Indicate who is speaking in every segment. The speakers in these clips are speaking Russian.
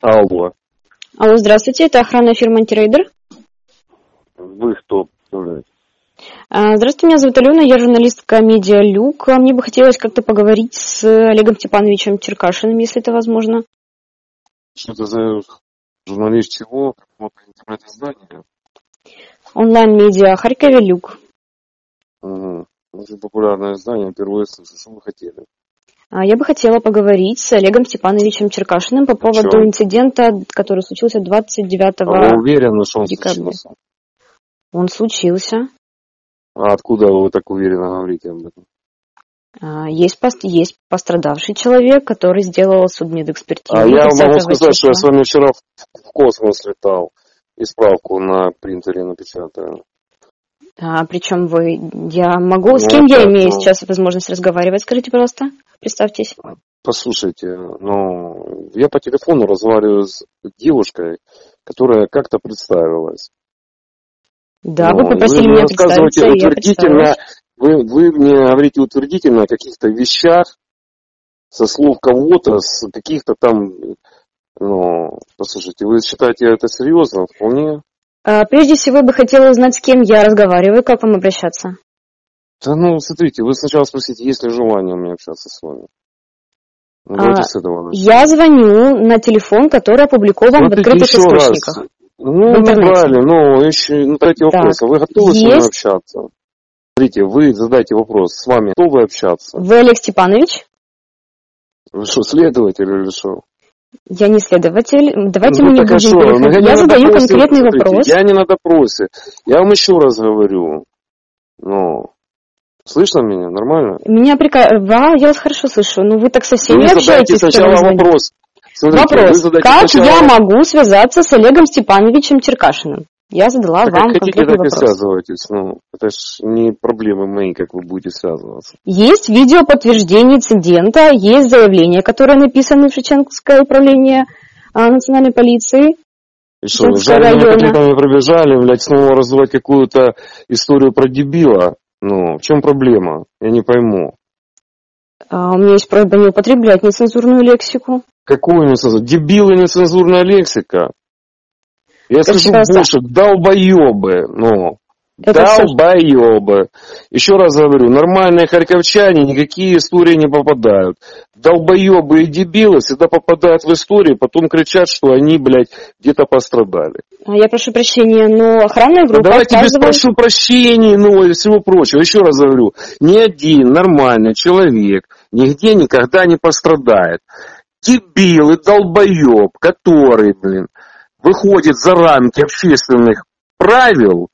Speaker 1: Алло,
Speaker 2: Алло, здравствуйте, это охранная фирма «Антирейдер».
Speaker 1: вы кто? Э,
Speaker 2: А, Здравствуйте, меня зовут Алена, я журналистка «Медиа Люк». А Мне бы хотелось как-то поговорить с Олегом Степановичем Черкашиным, если это возможно.
Speaker 1: Что это за журналист чего? Вот интернет-издание.
Speaker 2: Онлайн-медиа «Харькове Люк».
Speaker 1: Угу. Очень популярное издание, впервые слышу. Что вы хотели?
Speaker 2: А, Я бы хотела поговорить с Олегом Степановичем Черкашиным по поводу
Speaker 1: чём?
Speaker 2: инцидента, который случился
Speaker 1: А вы
Speaker 2: 29
Speaker 1: уверены, что он
Speaker 2: декабря.
Speaker 1: случился?
Speaker 2: Он случился.
Speaker 1: А откуда вы так уверенно говорите об этом?
Speaker 2: А, Есть, пос- есть пострадавший человек, который сделал судмедэкспертизу.
Speaker 1: А я вам
Speaker 2: 30
Speaker 1: могу сказать, что я с
Speaker 2: числа.
Speaker 1: вами вчера в в космос летал и справку на принтере напечатаю.
Speaker 2: А, причем вы, я могу, с
Speaker 1: Ну,
Speaker 2: кем я
Speaker 1: это-
Speaker 2: имею сейчас возможность разговаривать, скажите, пожалуйста, представьтесь.
Speaker 1: Послушайте, ну, я по телефону разговариваю с девушкой, которая как-то представилась.
Speaker 2: Да,
Speaker 1: Ну,
Speaker 2: вы попросили
Speaker 1: мне
Speaker 2: меня
Speaker 1: рассказываете
Speaker 2: представиться, и я
Speaker 1: утвердительно,
Speaker 2: представилась.
Speaker 1: вы, вы мне говорите утвердительно о каких-то вещах со слов кого-то, с каких-то там, ну, послушайте, вы считаете это серьезно? Вполне.
Speaker 2: А, Прежде всего, я бы хотела узнать, с кем я разговариваю, как вам обращаться.
Speaker 1: Да ну, смотрите, вы сначала спросите, есть ли желание у меня общаться с вами. Ну, давайте
Speaker 2: А,
Speaker 1: с этого начнем.
Speaker 2: Я звоню на телефон, который опубликован в
Speaker 1: Смотрите,
Speaker 2: открытых
Speaker 1: еще раз.
Speaker 2: источниках.
Speaker 1: Ну,
Speaker 2: В интернете.
Speaker 1: неправильно, ну, еще, ну, третий
Speaker 2: Так.
Speaker 1: вопрос. А вы готовы с нами
Speaker 2: Есть.
Speaker 1: общаться? Смотрите, вы задайте вопрос, с вами готовы общаться?
Speaker 2: Вы Олег Степанович?
Speaker 1: Вы что, следователь или что?
Speaker 2: Я не следователь. Давайте
Speaker 1: Ну,
Speaker 2: мы не
Speaker 1: так а
Speaker 2: будем
Speaker 1: что? Ну,
Speaker 2: переходить.
Speaker 1: не
Speaker 2: Я
Speaker 1: на
Speaker 2: задаю
Speaker 1: допросе,
Speaker 2: конкретный
Speaker 1: смотрите,
Speaker 2: вопрос.
Speaker 1: Я не на допросе. Я вам еще раз говорю. Ну, слышно меня? Нормально?
Speaker 2: Меня прика... Да, я вас хорошо слышу. Ну, вы так со всеми
Speaker 1: вы задайте
Speaker 2: общаетесь, кто
Speaker 1: сначала
Speaker 2: вам звонит.
Speaker 1: вопрос. Смотрите, вы
Speaker 2: Вопрос.
Speaker 1: задайте
Speaker 2: Как
Speaker 1: сначала
Speaker 2: я могу связаться с Олегом Степановичем Черкашиным? Я задала
Speaker 1: Так как
Speaker 2: вам
Speaker 1: хотите,
Speaker 2: конкретный
Speaker 1: так и
Speaker 2: вопрос.
Speaker 1: связывайтесь. Ну, это ж не проблемы мои, как вы будете связываться.
Speaker 2: Есть видео подтверждение инцидента, есть заявление, которое написано в Шевченковское управление а, национальной полиции.
Speaker 1: И что,
Speaker 2: Донского
Speaker 1: жаль, меня
Speaker 2: района.
Speaker 1: котлетами пробежали, блядь, снова раздувать какую-то историю про дебила. Ну, в чем проблема? Я не пойму.
Speaker 2: А, у меня есть просьба не употреблять нецензурную лексику.
Speaker 1: Какую нецензурную? Дебилы нецензурная лексика. Я
Speaker 2: Как
Speaker 1: скажу
Speaker 2: считается-
Speaker 1: больше, долбоебы, ну,
Speaker 2: Это всё.
Speaker 1: долбоебы. Еще раз говорю, нормальные харьковчане никакие истории не попадают. Долбоебы и дебилы всегда попадают в истории, потом кричат, что они, блядь, где-то пострадали.
Speaker 2: А, Я прошу прощения, но охранная группа
Speaker 1: Ну, Давайте без
Speaker 2: каждого-
Speaker 1: прошу прощений, ну и всего прочего. Еще раз говорю, ни один нормальный человек нигде никогда не пострадает. Дебил и долбоеб, который, блин, выходит за рамки общественных правил,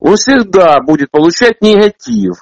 Speaker 1: он всегда будет получать негатив.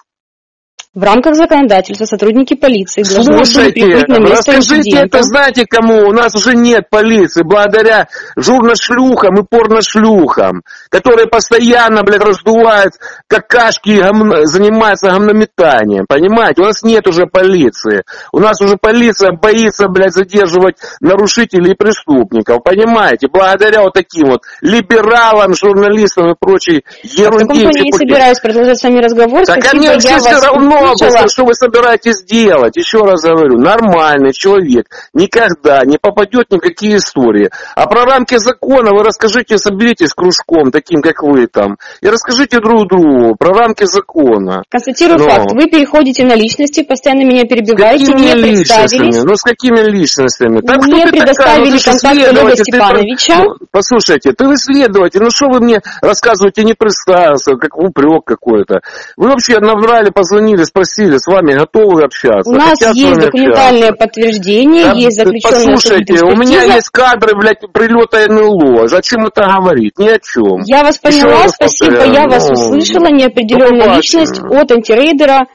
Speaker 2: в рамках законодательства сотрудники полиции должны были
Speaker 1: Слушайте,
Speaker 2: прибыть на место
Speaker 1: расскажите
Speaker 2: инцидента.
Speaker 1: это, знаете кому? У нас уже нет полиции, благодаря журношлюхам и порношлюхам, которые постоянно, блядь, раздувают какашки и гомно- занимаются гомнометанием, понимаете? У нас нет уже полиции. У нас уже полиция боится, блядь, задерживать нарушителей и преступников, понимаете? Благодаря вот таким вот либералам, журналистам и прочей
Speaker 2: Я А в таком
Speaker 1: ерунде.
Speaker 2: плане не
Speaker 1: чепухе.
Speaker 2: собираюсь продолжать с вами разговор.
Speaker 1: Так а
Speaker 2: Спасибо,
Speaker 1: мне
Speaker 2: я
Speaker 1: все
Speaker 2: вас
Speaker 1: равно,
Speaker 2: услышала.
Speaker 1: просто, что вы собираетесь делать. Еще раз говорю, нормальный человек никогда не попадет ни в какие истории. А про рамки закона вы расскажите, соберитесь кружком, таким как вы там, и расскажите друг другу про рамки закона.
Speaker 2: Констатирую
Speaker 1: Но-
Speaker 2: факт. Вы переходите на личности, постоянно меня перебиваете,
Speaker 1: какими
Speaker 2: не представились.
Speaker 1: личностями? Ну, с какими личностями? Там
Speaker 2: Мне
Speaker 1: кто ты
Speaker 2: предоставили
Speaker 1: такая? Ну, ты
Speaker 2: контакт Олега
Speaker 1: следователь, ты про-
Speaker 2: Степановича.
Speaker 1: Ну, Послушайте, ты исследователь, ну что вы мне рассказываете, не представился, как упрек какой-то. Вы вообще набрали, позвонили, спросили, с вами готовы общаться?
Speaker 2: У нас
Speaker 1: Хотят с
Speaker 2: есть
Speaker 1: вами
Speaker 2: документальное
Speaker 1: общаться?
Speaker 2: подтверждение,
Speaker 1: Да,
Speaker 2: есть
Speaker 1: ты
Speaker 2: заключенная
Speaker 1: Послушайте, у меня
Speaker 2: судмедэкспертиза.
Speaker 1: есть кадры, блядь, прилета НЛО. Зачем это говорить? Ни о чем.
Speaker 2: Я вас
Speaker 1: Еще
Speaker 2: поняла,
Speaker 1: раз
Speaker 2: спасибо,
Speaker 1: повторяю,
Speaker 2: я вас
Speaker 1: ну,
Speaker 2: услышала,
Speaker 1: ну,
Speaker 2: неопределенная
Speaker 1: бывает.
Speaker 2: личность от антирейдера.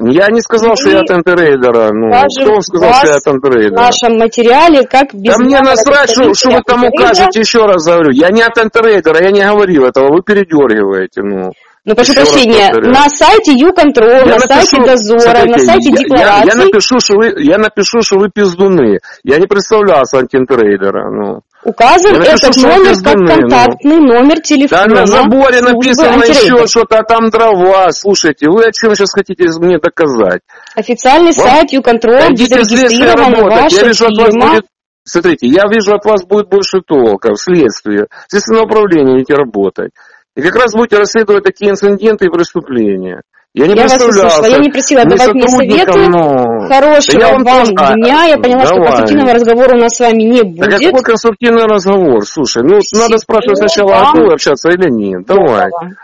Speaker 1: Я не сказал, что я от антирейдера. Ну,
Speaker 2: Скажем,
Speaker 1: кто вам сказал, что я
Speaker 2: вас
Speaker 1: от антирейдера?
Speaker 2: В нашем материале, как без
Speaker 1: Да мне
Speaker 2: мрамора
Speaker 1: насрать, что,
Speaker 2: представителя
Speaker 1: что вы там
Speaker 2: антирейдера.
Speaker 1: укажете, еще раз говорю. Я не от антрейдера, я не говорил этого, вы передергиваете. Ну.
Speaker 2: Ну, прошу
Speaker 1: Еще раз
Speaker 2: прощения,
Speaker 1: повторяю.
Speaker 2: на сайте Юконтрол,
Speaker 1: Я
Speaker 2: на сайте
Speaker 1: напишу-
Speaker 2: Дозора, на
Speaker 1: смотрите,
Speaker 2: сайте
Speaker 1: я- я-
Speaker 2: Декларации.
Speaker 1: Я, напишу, что вы, я напишу, что вы пиздуны. Я не представлялся антитрейдера. Ну.
Speaker 2: Указан
Speaker 1: Я напишу,
Speaker 2: этот
Speaker 1: что он
Speaker 2: номер
Speaker 1: без
Speaker 2: как
Speaker 1: данных, ну.
Speaker 2: контактный номер
Speaker 1: Да
Speaker 2: телефона.
Speaker 1: на заборе
Speaker 2: службы
Speaker 1: написано
Speaker 2: антирейдер.
Speaker 1: еще что-то, а там дрова. Слушайте, вы о чем сейчас хотите мне доказать?
Speaker 2: Официальный
Speaker 1: Вам-
Speaker 2: сайт Юконтрол, где
Speaker 1: Идите следствие
Speaker 2: зарегистрирована
Speaker 1: работать.
Speaker 2: ваша
Speaker 1: Я вижу, от вас
Speaker 2: фирма.
Speaker 1: будет Смотрите, я вижу, от вас будет больше толка вследствие. Следственное управление идти работать. И как раз будете расследовать такие инциденты и преступления. Я не
Speaker 2: я вас
Speaker 1: представлял,
Speaker 2: услышала. Я не просила давать мне советы.
Speaker 1: сотрудникам, но...
Speaker 2: Хорошего
Speaker 1: Да я
Speaker 2: вам,
Speaker 1: вам тоже- а,
Speaker 2: дня. Я поняла, что
Speaker 1: давай. а
Speaker 2: конструктивного разговора у нас с вами не
Speaker 1: Да
Speaker 2: будет.
Speaker 1: какой конструктивный разговор? Слушай, ну
Speaker 2: Всего
Speaker 1: надо спрашивать сначала,
Speaker 2: вам.
Speaker 1: одной общаться или нет. Давай.
Speaker 2: Доброго.